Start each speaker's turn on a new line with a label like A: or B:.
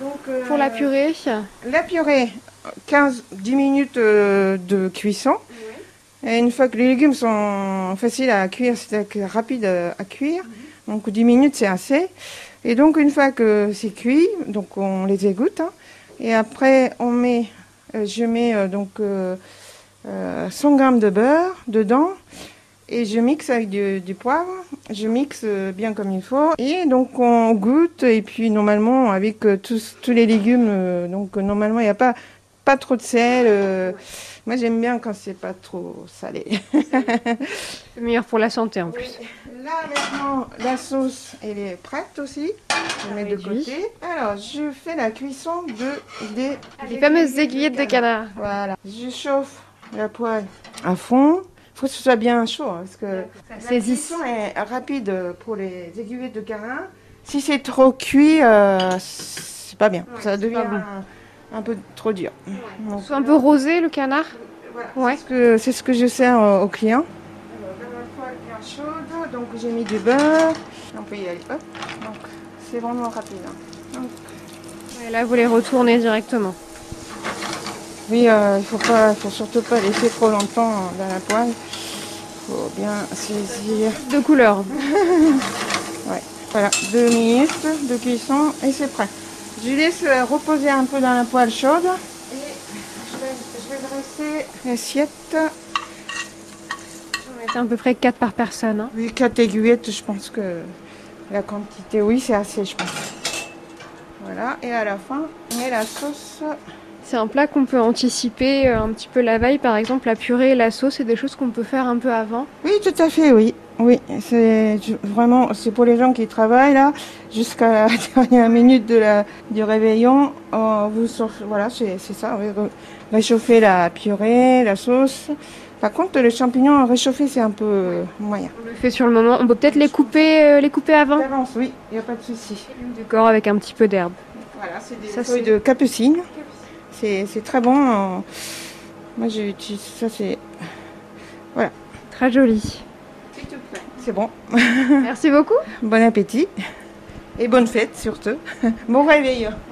A: Donc, euh,
B: Pour la purée,
A: la purée, 15-10 minutes euh, de cuisson. Et une fois que les légumes sont faciles à cuire, c'est-à-dire rapides euh, à cuire,
B: Mhm.
A: donc 10 minutes c'est assez. Et donc une fois que c'est cuit, donc on les égoutte. hein. et après on met, euh, je mets euh, donc euh, euh, 100 grammes de beurre dedans et je mixe avec du, du poivre. Je mixe euh, bien comme il faut. Et donc on goûte et puis normalement avec euh, tous, tous les légumes, euh, donc euh, normalement il n'y a pas pas trop de sel. euh, moi, j'aime bien quand c'est pas trop salé.
B: c'est meilleur pour la santé en plus.
A: Là, maintenant, la sauce, elle est prête aussi. Je vais mettre de
B: Réduit.
A: côté. Alors, je fais la cuisson de, des...
B: Les fameuses aiguillettes de canard.
A: Voilà. Je chauffe la poêle à fond. Il faut que ce soit bien chaud, hein, parce que la
B: Saisissent.
A: cuisson est rapide pour les aiguillettes de carin. Si c'est trop cuit, euh, c'est pas bien. Ça devient
B: pas bon.
A: un, un peu trop dur. Donc, euh,
B: Soit un peu rosé le canard.
A: voilà. C'est
B: Ouais.
A: ce que- C'est ce que je sers euh, aux clients. bien chaude, donc j'ai mis du beurre. On peut y aller, hop. Donc c'est vraiment rapide. hein.
B: Et là, vous les retournez directement.
A: Oui, euh, il faut pas, faut surtout pas laisser trop longtemps euh, dans la poêle. Faut bien saisir.
B: De couleur.
A: Voilà, deux minutes de cuisson et c'est prêt. Je laisse euh, reposer un peu dans la poêle chaude. Et je vais, je vais dresser l'assiette.
B: C'est à peu près 4 par personne. hein.
A: Oui, quatre aiguillettes, je pense que la quantité, oui, c'est assez, je pense. Voilà, et à la fin, on met la sauce.
B: C'est un plat qu'on peut anticiper euh, un petit peu la veille, par exemple la purée et la sauce, c'est des choses qu'on peut faire un peu avant.
A: Oui, tout à fait, oui. Oui, c'est je- vraiment, c'est pour les gens qui travaillent là, jusqu'à la dernière minute de la, du réveillon. euh, vous sauf- voilà, c'est c'est ça, oui, re- réchauffer la purée, la sauce. Par contre, les champignons réchauffés, c'est un peu euh, moyen.
B: On le fait sur le moment. On peut peut-être les couper, euh, les couper avant.
A: D'avance, oui, il n'y a pas de souci.
B: Du corps avec un petit peu d'herbe.
A: Voilà, c'est des
B: Ça,
A: feuilles
B: c'est-
A: de capucine. C'est c'est très bon. euh, Moi, j'utilise ça, c'est
B: Très joli.
A: c'est bon.
B: Merci beaucoup.
A: Bon appétit et bonne fête surtout. Bon réveil.